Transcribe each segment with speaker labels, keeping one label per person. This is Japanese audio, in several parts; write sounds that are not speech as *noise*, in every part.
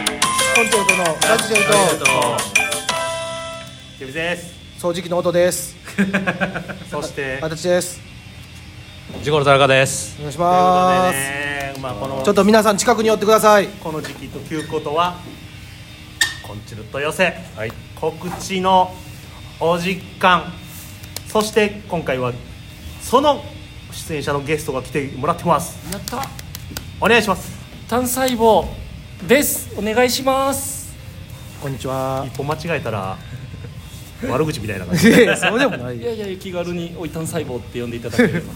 Speaker 1: リケルトのラジチェル
Speaker 2: ありが
Speaker 1: と
Speaker 2: とう。キムです。
Speaker 1: 掃除機の音です
Speaker 2: そして。
Speaker 1: 私です
Speaker 3: ジゴロ田中です
Speaker 1: お願いし
Speaker 2: ということ
Speaker 1: ま
Speaker 2: ですね、まあ、この
Speaker 1: ちょっと皆さん近くに寄ってください
Speaker 2: この時期ということはこんちると寄せ
Speaker 3: はい
Speaker 2: 告知のお時間そして今回はその出演者のゲストが来てもらってます
Speaker 4: やった
Speaker 2: お願いします
Speaker 4: 単細胞ですお願いします
Speaker 1: こんにちは
Speaker 2: 一歩間違えたら *laughs* 悪口みたいな *laughs* 感
Speaker 1: い
Speaker 2: じ
Speaker 1: やいやそうでもない
Speaker 4: いやいや気軽におい単細胞って呼んでいただけれ
Speaker 3: *laughs*
Speaker 4: ば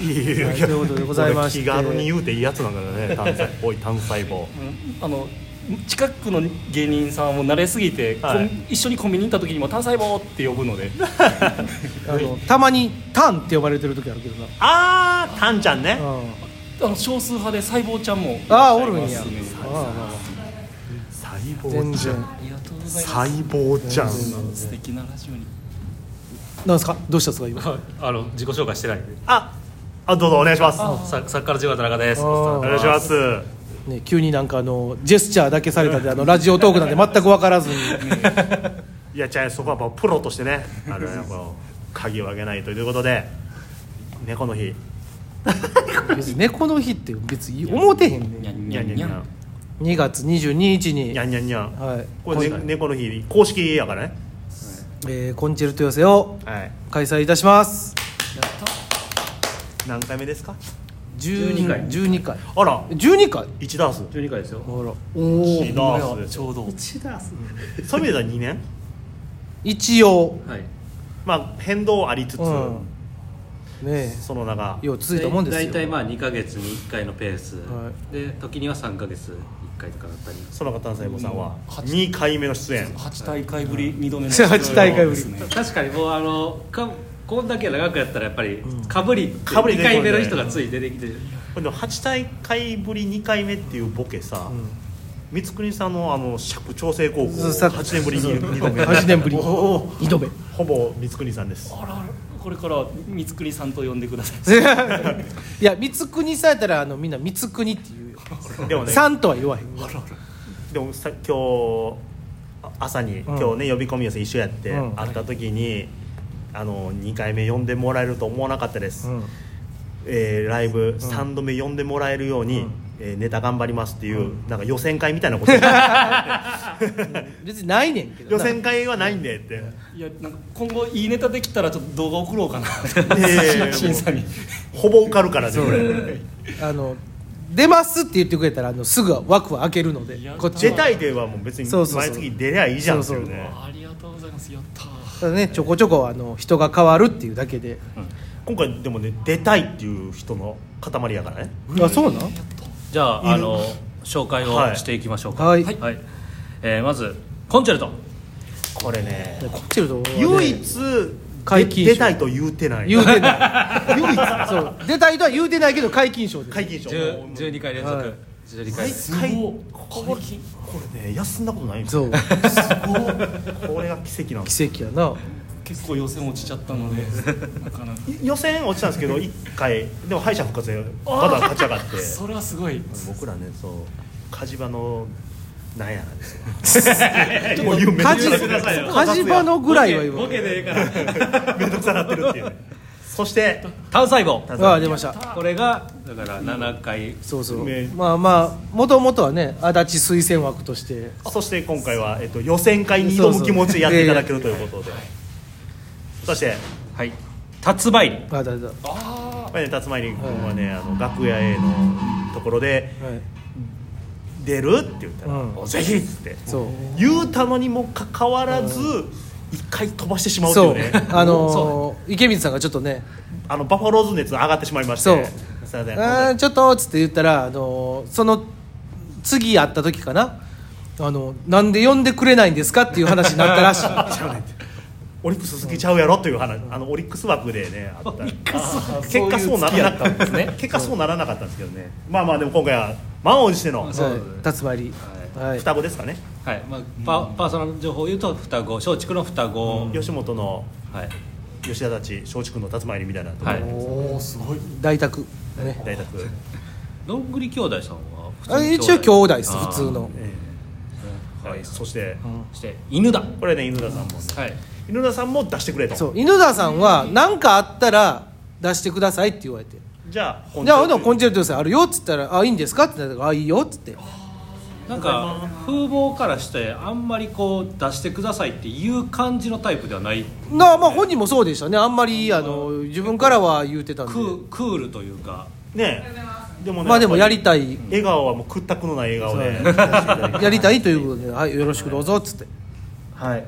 Speaker 2: いやいや
Speaker 1: はいということでございまして
Speaker 2: 気軽に言うていいやつなんだからね単細胞おい単細胞
Speaker 4: うんあの近くの芸人さんも慣れすぎて、こん
Speaker 2: はい
Speaker 4: 一緒にコンビニ行った時にも単細胞って呼
Speaker 3: *laughs*
Speaker 4: ぶので
Speaker 1: あのたまにタンって呼ばれてる時あるけどな
Speaker 2: あータンちゃんね
Speaker 1: うん
Speaker 4: あの少数派で細胞ちゃんもいらっし
Speaker 1: ああ
Speaker 4: ゃ
Speaker 1: お
Speaker 4: い
Speaker 1: る
Speaker 4: ま
Speaker 1: んや
Speaker 4: すね
Speaker 1: ああ
Speaker 2: 細
Speaker 1: 全
Speaker 2: 胞ちゃん
Speaker 1: 然
Speaker 4: ありがとうございま
Speaker 2: 細胞ちゃん
Speaker 4: す素敵なラジオに
Speaker 1: なんですかどうしたんですか今
Speaker 3: あの自己紹介してないんで
Speaker 2: ああどうぞお願いしますお
Speaker 3: さ作家のジゴロ田中です
Speaker 1: あーお
Speaker 2: 願いします
Speaker 1: ね急になんかあのジェスチャーだけされたんであのラジオトークなんで全く分からずに
Speaker 2: いやじゃあそこはもうプロとしてねあのやっぱ鍵を開けないということで猫の日
Speaker 1: 別に猫の日って別に思うてへん
Speaker 4: に
Speaker 1: ね
Speaker 4: ゃ
Speaker 1: ん
Speaker 4: ん
Speaker 2: に
Speaker 4: に
Speaker 2: ゃ
Speaker 4: ゃ
Speaker 2: ん
Speaker 4: ん
Speaker 2: にゃん
Speaker 4: にゃん
Speaker 1: 2月22日に
Speaker 2: にゃんにゃんにゃん
Speaker 1: はい
Speaker 2: これ、ね、猫の日公式やからね
Speaker 1: えーコンチェルト寄せを
Speaker 2: はい
Speaker 1: 開催いたします
Speaker 2: 何回目ですか
Speaker 1: 12回12回
Speaker 2: あら
Speaker 1: 12回
Speaker 2: 1ダース
Speaker 3: 12回ですよ
Speaker 1: あらお
Speaker 2: 1ダ
Speaker 1: お
Speaker 2: ースでちょうど
Speaker 1: 1ダース
Speaker 2: そういう意味では2年
Speaker 1: 一応
Speaker 3: はい
Speaker 2: まあ変動ありつつ、
Speaker 1: うんね
Speaker 2: その中
Speaker 1: えよう続いたもんですよ
Speaker 3: 大体まあ2か月に1回のペース、
Speaker 1: は
Speaker 3: で時には3か月1回とかだったり
Speaker 2: その方の細胞さんは
Speaker 4: うん
Speaker 2: 2回目の出演
Speaker 4: 8大会ぶり2度目の
Speaker 1: 八大会ぶり
Speaker 4: ですね
Speaker 3: 確かにもうあのかこんだけ長くやったらやっぱりかぶりって
Speaker 2: かぶり
Speaker 3: 2
Speaker 2: 出てこない
Speaker 3: 回目の人がつい出てきて
Speaker 2: でも8大会ぶり2回目っていうボケさ、
Speaker 1: うん
Speaker 2: 光圀さんのあの尺調整高校
Speaker 1: そうさ
Speaker 2: 8年ぶりに2度目
Speaker 1: 8年ぶり
Speaker 2: おお
Speaker 1: 2度目 *laughs*
Speaker 2: ほぼ光圀さんです
Speaker 4: あらあらこれから三つくりさんと呼んでください
Speaker 1: いや光国さんやったらあのみんな光国って言うよ
Speaker 2: でもね
Speaker 1: 3とは言わへん
Speaker 2: でもさ今日あ朝に、今日ね呼び込み寄せ一緒やって、
Speaker 1: うん
Speaker 2: 会った時にあの2回目呼んでもらえると思わなかったです、
Speaker 1: うん
Speaker 2: えーライブ3度目呼んでもらえるように、
Speaker 1: うん
Speaker 2: えーネタ頑張りますっていう、なんか予選会みたいな
Speaker 1: *laughs*
Speaker 2: こと
Speaker 1: 別にないねんけど
Speaker 2: 予
Speaker 1: な
Speaker 2: 選会はないんでって、
Speaker 4: いやなんか今後いいネタできたらちょっと動画送ろうかな
Speaker 2: え
Speaker 4: 審査に
Speaker 2: ほぼ受かるからねこれ
Speaker 1: あの出ますって言ってくれたらあのすぐ枠は開けるので
Speaker 4: やった
Speaker 1: こっち
Speaker 2: 出
Speaker 1: は
Speaker 2: たいといえばもう別に
Speaker 1: そうそうそう
Speaker 2: 毎月出りゃいいじゃんっていうね
Speaker 1: そうそ
Speaker 4: ありがとうございますやった
Speaker 1: ただねちょこちょこあの人が変わるっていうだけで
Speaker 2: 今回でもね出たいっていう人の塊やからね
Speaker 1: あそうなん
Speaker 5: じゃああの紹介をしていきましょうか、
Speaker 1: はい
Speaker 5: はいえーまずコンチェルト
Speaker 2: これね
Speaker 1: こっちのとこはね
Speaker 2: 唯一
Speaker 1: 解禁
Speaker 2: で
Speaker 1: 賞
Speaker 2: 出たいと言うてない
Speaker 1: 言うてない唯一そう出たいとは言うてないけど解禁賞です
Speaker 2: 解禁賞
Speaker 5: 10 12回連続、
Speaker 1: はい
Speaker 5: 12回
Speaker 2: 毎
Speaker 5: です
Speaker 2: 回
Speaker 4: お
Speaker 2: こ
Speaker 4: これ
Speaker 2: れね休んだことないんですよ
Speaker 1: そう
Speaker 2: これが奇跡なんです
Speaker 1: 奇跡やな
Speaker 4: 結構予選落ちちゃったのでなかなか
Speaker 2: 予選落ちたんですけど1回でも敗者復活でまだ勝ち上が
Speaker 1: *laughs*
Speaker 2: って
Speaker 4: それはすごい
Speaker 2: 僕らねそう火事場のなんやなんですよもう言うめんど
Speaker 1: カ
Speaker 2: く
Speaker 1: ジ
Speaker 2: さ
Speaker 1: カジバのぐらいは言
Speaker 5: ボ
Speaker 1: わな
Speaker 5: ケ
Speaker 1: い
Speaker 5: でええから
Speaker 2: めんどくさなってるっていうねそして
Speaker 5: 単細胞
Speaker 1: ああ出ました
Speaker 5: これがだから7回
Speaker 1: そうそう
Speaker 2: ね
Speaker 1: まあまあもともとはね足立推薦枠として
Speaker 2: そして今回は、えっと、予選会に挑む気持ちでやっていただけるということでそして
Speaker 5: はいタツバイリ
Speaker 1: あだだは
Speaker 2: これね辰前に君はねあの楽屋 A のところで
Speaker 1: い
Speaker 2: 「出る?」って言ったら
Speaker 1: うん
Speaker 2: お「ぜひ!」っつって
Speaker 1: そう
Speaker 2: 言うたのにもかかわらず一回飛ばしてしまうってい
Speaker 1: そうう
Speaker 2: ね
Speaker 1: あのー池水さんがちょっとね
Speaker 2: あのバファローズ熱上がってしまいまし
Speaker 1: そ
Speaker 2: て
Speaker 1: う
Speaker 2: すいません
Speaker 1: あー
Speaker 2: 本
Speaker 1: ちょっとっつって言ったら、あのーその次会った時かなあのなんで呼んでくれないんですかっていう話になったらしい
Speaker 2: 当にオリックス好きちゃうやろという話あのオリックス枠でねあった結果そうならなかったんですね結果そうならなかったんですけどねまあまあでも今回は満を持しての
Speaker 5: そう
Speaker 1: はい竜まりはい、
Speaker 2: 双子ですかね
Speaker 5: はい、まあ、パパーソナル情報を言うと双子松竹の双子、
Speaker 2: 吉本の
Speaker 5: はい
Speaker 2: 吉田たち松竹の竜参りみたいなとこ
Speaker 5: は
Speaker 2: ろ
Speaker 5: い
Speaker 4: おおすごい
Speaker 1: 大宅ね
Speaker 2: 大宅、
Speaker 5: どんぐり兄弟さんは普
Speaker 1: あ
Speaker 5: 通に
Speaker 1: 一応兄弟です
Speaker 5: あー
Speaker 1: 普通の
Speaker 2: えはい、そして
Speaker 1: う
Speaker 5: そして犬だ
Speaker 2: これね犬田さんも
Speaker 5: はい
Speaker 2: 犬田さんも出してくれと
Speaker 1: そう犬田さんは何かあったら出してくださいって言われて
Speaker 2: じゃあ
Speaker 1: じゃあほなコ
Speaker 2: こ
Speaker 1: ンチェルトさんあるよっつったら「あいいんですか?」ってなったから「あいいよ」っつって
Speaker 5: なんか風貌からしてあんまりこう出してくださいっていう感じのタイプではない
Speaker 1: なあまあ本人もそうでしたねあんまりあの自分からは言うてたん
Speaker 5: ク
Speaker 1: で
Speaker 5: ークールというか
Speaker 2: ねでもね
Speaker 1: まあでもや
Speaker 2: っ
Speaker 1: りたい
Speaker 2: ぱり笑顔はもう屈託のない笑顔で
Speaker 1: やりたいということで「はいよろしくどうぞ」っつって
Speaker 2: はい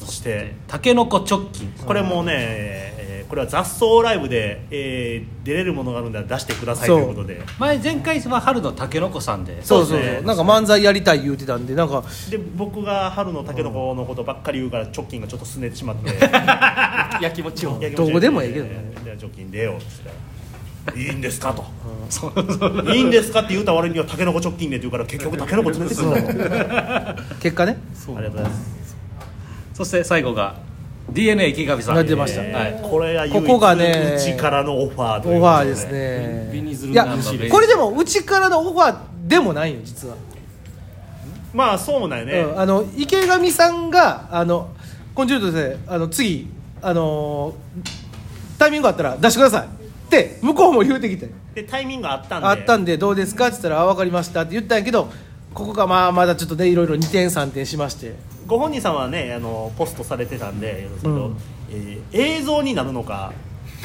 Speaker 2: そして
Speaker 5: タケノコ直近
Speaker 2: これもね、えーこれは雑草ライブで、えー出れるものがあるんで出してください
Speaker 1: そ
Speaker 2: と
Speaker 1: う
Speaker 2: いうことで
Speaker 5: 前前回は春のタケノコさんで
Speaker 1: そう
Speaker 2: そ
Speaker 1: そうう
Speaker 2: です
Speaker 1: そ
Speaker 2: ね
Speaker 1: うなんか漫才やりたい言うてたんでなんか
Speaker 2: で僕が春のたけのこのことばっかり言うから直近がちょっとすねてしま
Speaker 1: *laughs*
Speaker 2: って
Speaker 4: やきもちを
Speaker 2: やきち
Speaker 1: どこでもええけどね
Speaker 2: じゃあ直近出ようって言ったら「いいんですか?」と「 *laughs* いいんですか?」って言うた割にはたけのこ直近でって言うから結局たけのこ連れてくるのあり
Speaker 1: 結果ね
Speaker 2: がとうございます
Speaker 5: そして最後が DNA 池上さん
Speaker 1: なってました
Speaker 5: えー
Speaker 2: えーこれは唯一
Speaker 1: ここがね
Speaker 2: うちからのオファーという
Speaker 1: オ
Speaker 2: こと
Speaker 1: ファーですね
Speaker 4: ビニズル
Speaker 1: いや
Speaker 4: ナンバーベース
Speaker 1: これでもうちからのオファーでもないよ実は、
Speaker 2: まあそうなんよね、
Speaker 1: うんあの池上さんがあのコンチェルトであの次あのータイミングあったら出してくださいって向こうも言うてきて
Speaker 2: でタイミングがあったんで
Speaker 1: あったんでどうですかって言ったらあ分かりましたって言ったんやけどここがまあまだちょっとねいろいろ2点3点しまして
Speaker 2: ご本人さんはねあのポストされてたんでですけど、
Speaker 1: うん
Speaker 2: えー映像になるのか、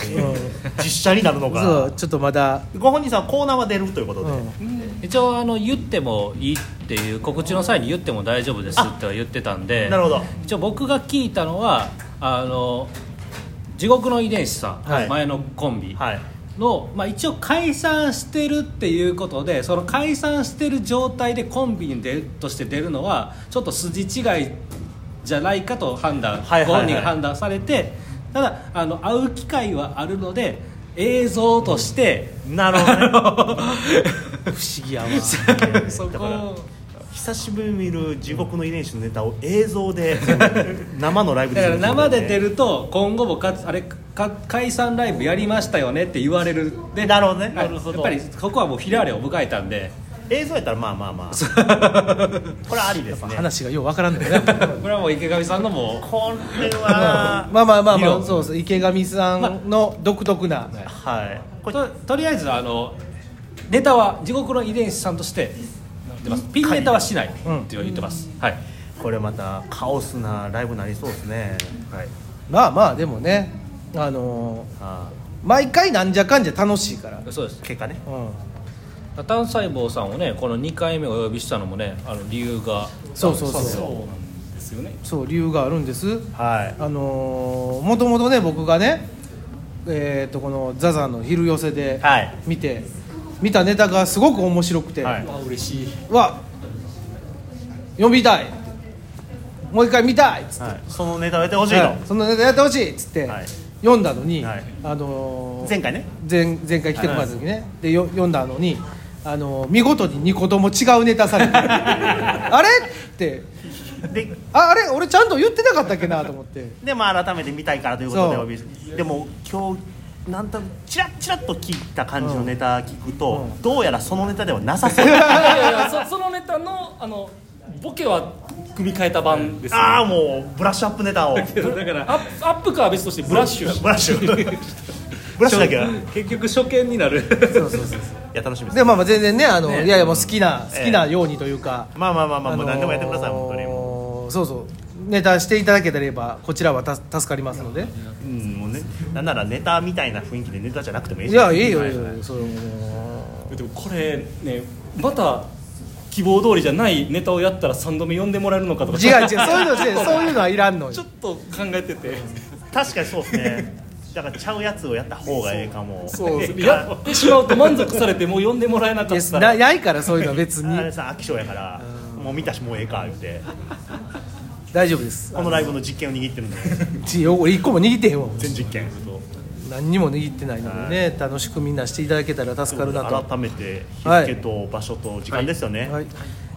Speaker 2: えー実写になるの
Speaker 1: そ
Speaker 2: か
Speaker 1: うちょっとまだ、
Speaker 2: ご本人さんはコーナーは出るということ
Speaker 1: う
Speaker 2: で、
Speaker 1: ん、
Speaker 5: 一応あの言ってもいいっていう告知の際に言っても大丈夫ですっては言ってたんで
Speaker 2: なるほど
Speaker 5: 一応僕が聞いたのはあの地獄の遺伝子さん、
Speaker 2: はい
Speaker 5: 前のコンビ
Speaker 2: はい
Speaker 5: の、まあ、一応解散してるっていうことでその解散してる状態でコンビに出るとして出るのはちょっと筋違いじゃないかと判断、
Speaker 2: はいはいはい
Speaker 5: ご本人が判断されてただあの会う機会はあるので映像として、
Speaker 2: なるほどね
Speaker 1: 不思 *laughs* 議やわ
Speaker 5: *laughs* そ
Speaker 2: だ
Speaker 5: こ
Speaker 2: から
Speaker 5: を。
Speaker 2: 久しぶりに見る地獄の遺伝子のネタを映像で *laughs* 生のライブで
Speaker 5: だから生で出
Speaker 2: る
Speaker 5: ると今後もかあれか解散ライブやりましたよねって言われるで
Speaker 2: なるほどね
Speaker 5: はい
Speaker 2: なるほど
Speaker 5: やっぱりここはもうフィラーレを迎えたんで
Speaker 2: 映像やったらまあまあまあこれはありですね
Speaker 1: 話がよう分からんのよ
Speaker 4: *laughs*
Speaker 1: ね
Speaker 5: *laughs* これはもう池上さんのも
Speaker 2: これは
Speaker 1: *laughs* まあまあまあ
Speaker 5: 理
Speaker 1: まあ
Speaker 5: 論
Speaker 1: そうそう池上さんの独特な、
Speaker 2: はいこれ
Speaker 5: うととりあえずあのネタは地獄の遺伝子さんとして出ますピンネタはしないって
Speaker 1: うん
Speaker 5: 言ってます、はい
Speaker 2: これまたカオスなライブになりそうですねはい
Speaker 1: まあまあでもねあの
Speaker 2: あ
Speaker 1: ー毎回なんじゃかんじゃ楽しいから、
Speaker 5: そうです
Speaker 2: ー結果ね
Speaker 1: うん、
Speaker 5: 単細胞さんをねこの2回目お呼びしたのもねあの理由が
Speaker 1: そうそうそう
Speaker 4: そう
Speaker 1: そう
Speaker 4: なんですよね
Speaker 1: 理由があるんです
Speaker 2: はい
Speaker 1: あのーもともとね僕がねえー、とこの「ザザの昼寄せで
Speaker 2: はい
Speaker 1: 見て、見たネタがすごく面白くて、
Speaker 2: はい
Speaker 4: あ嬉しい
Speaker 1: わ呼びたいもう一回見たいっつって、
Speaker 2: はい、そのネタをやってほしいと、
Speaker 1: はいそのネタやってほしいっつって、
Speaker 2: はい
Speaker 1: 読んだのに、
Speaker 2: はい
Speaker 1: あのー
Speaker 2: 前回ね
Speaker 1: 前前回来てもらった時ねでよ読んだのにあの見事に2個とも違うネタさ
Speaker 2: *laughs*
Speaker 1: れてあれって
Speaker 2: で
Speaker 1: ああれ俺ちゃんと言ってなかったっけなと思って
Speaker 2: で、まあ、改めて見たいからということで
Speaker 1: そう
Speaker 2: お呼びしでも今日なんとチラッチラッと聞いた感じのネタ聞くと、
Speaker 1: うん
Speaker 2: どうやらそのネタではなさ
Speaker 1: *laughs*
Speaker 2: そう
Speaker 4: いやいやいやそそのネタのあのボケは組み替えた版ですよ
Speaker 2: ああもうブラッシュアップネ
Speaker 1: *laughs*
Speaker 2: タをブ
Speaker 4: だからアップアップかは別としてブラッシュや
Speaker 2: ラッシュブラッシュだけは
Speaker 5: 結局初見になる
Speaker 2: いや楽しみです
Speaker 1: でまあまあ全然ねあの
Speaker 2: ね
Speaker 1: いやいやもう好きな
Speaker 2: ええ
Speaker 1: 好きなようにというか、
Speaker 2: まあまあまあまあ、
Speaker 1: あ
Speaker 2: も
Speaker 1: の
Speaker 2: う
Speaker 1: ー
Speaker 2: 何でもやってください本当にも
Speaker 1: そうそうネタしていただければこちらはた助かりますので
Speaker 2: う,、うん、もうねなんならネタみたいな雰囲気でネタじゃなくてもいい
Speaker 1: い
Speaker 2: し
Speaker 1: やいいよいいよ
Speaker 2: は
Speaker 1: それも
Speaker 4: でもこれねまた希望通りじゃないネタをやったら3度目呼んでもらえるのかとか
Speaker 1: 違う違うそういうのしてそういうのはいらんのよ
Speaker 4: *laughs* ちょっと考えてて
Speaker 2: 確かにそうですねだからちゃうやつをやった方がええかも
Speaker 4: そ
Speaker 2: *laughs*
Speaker 4: う
Speaker 2: ええ
Speaker 4: やってしまうと満足されてもう呼んでもらえなか
Speaker 1: で
Speaker 4: っ
Speaker 1: す
Speaker 4: た
Speaker 1: な
Speaker 4: ら
Speaker 1: ないからそういうのは別
Speaker 2: あれ
Speaker 1: に
Speaker 2: さ飽き性やからもう見たしもうええか言って
Speaker 1: 大丈夫です
Speaker 2: このライブの実験を握ってるんで
Speaker 1: ちよ俺一個も握ってへんわ
Speaker 2: 全実験
Speaker 1: 何にも握ってないのでね、楽しくみんなしていただけたら助かるなと
Speaker 2: 改めて日
Speaker 1: はい
Speaker 2: 付と場所と時間ですよね、
Speaker 1: はい、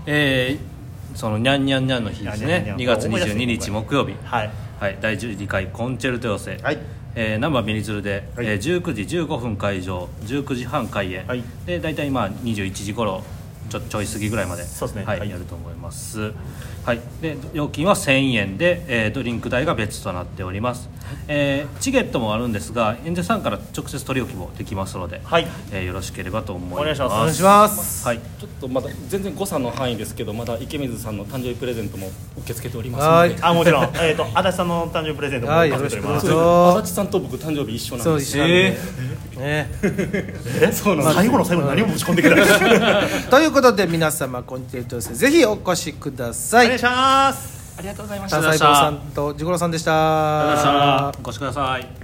Speaker 5: えーそのニャンニャンニャンの日です
Speaker 2: ニャンニ
Speaker 5: ね
Speaker 2: ャンニ
Speaker 5: 2
Speaker 2: ャン
Speaker 5: 月22日木曜日
Speaker 2: はい
Speaker 5: はい、第12回コンチェルト寄せ、
Speaker 2: はい
Speaker 5: えー、ナンバーミニズルで、
Speaker 2: はい
Speaker 5: えー19時15分会場19時半開演、
Speaker 2: はい
Speaker 5: で大体まあ21時頃ちょちょい過ぎぐらいまで
Speaker 2: そうですね
Speaker 5: はい
Speaker 2: はい
Speaker 5: やると思います、はい、で料金は1000円で、えードリンク代が別となっております、えーチケットもあるんですが演者さんから直接取り置きもできますので、
Speaker 2: はい
Speaker 5: えーよろしければと思います
Speaker 2: お願いします
Speaker 1: お願いします
Speaker 5: はい
Speaker 4: ちょっとまだ全然誤差の範囲ですけどまだ池水さんの誕生日プレゼントも受け付けております
Speaker 1: は
Speaker 4: の
Speaker 1: い
Speaker 4: で
Speaker 2: あもちろん、 *laughs* えっと足立さんの誕生日プレゼントも
Speaker 1: はい
Speaker 2: 受け取れ
Speaker 1: よろ
Speaker 2: ま
Speaker 1: し
Speaker 2: す
Speaker 1: くどうぞ
Speaker 4: そう足立さんと僕誕生日一緒なん
Speaker 1: そう
Speaker 4: で
Speaker 1: ですすねね
Speaker 2: えそうなん最後の最後に何を持ち込んでくれる
Speaker 1: ということで皆様コンテンツですぜひお越しくだ
Speaker 2: お
Speaker 1: さ
Speaker 2: 願い
Speaker 1: い
Speaker 2: します
Speaker 4: ありがとうございました
Speaker 1: 単細胞さんとジゴロさんでした
Speaker 5: ありがとうございましたお越しください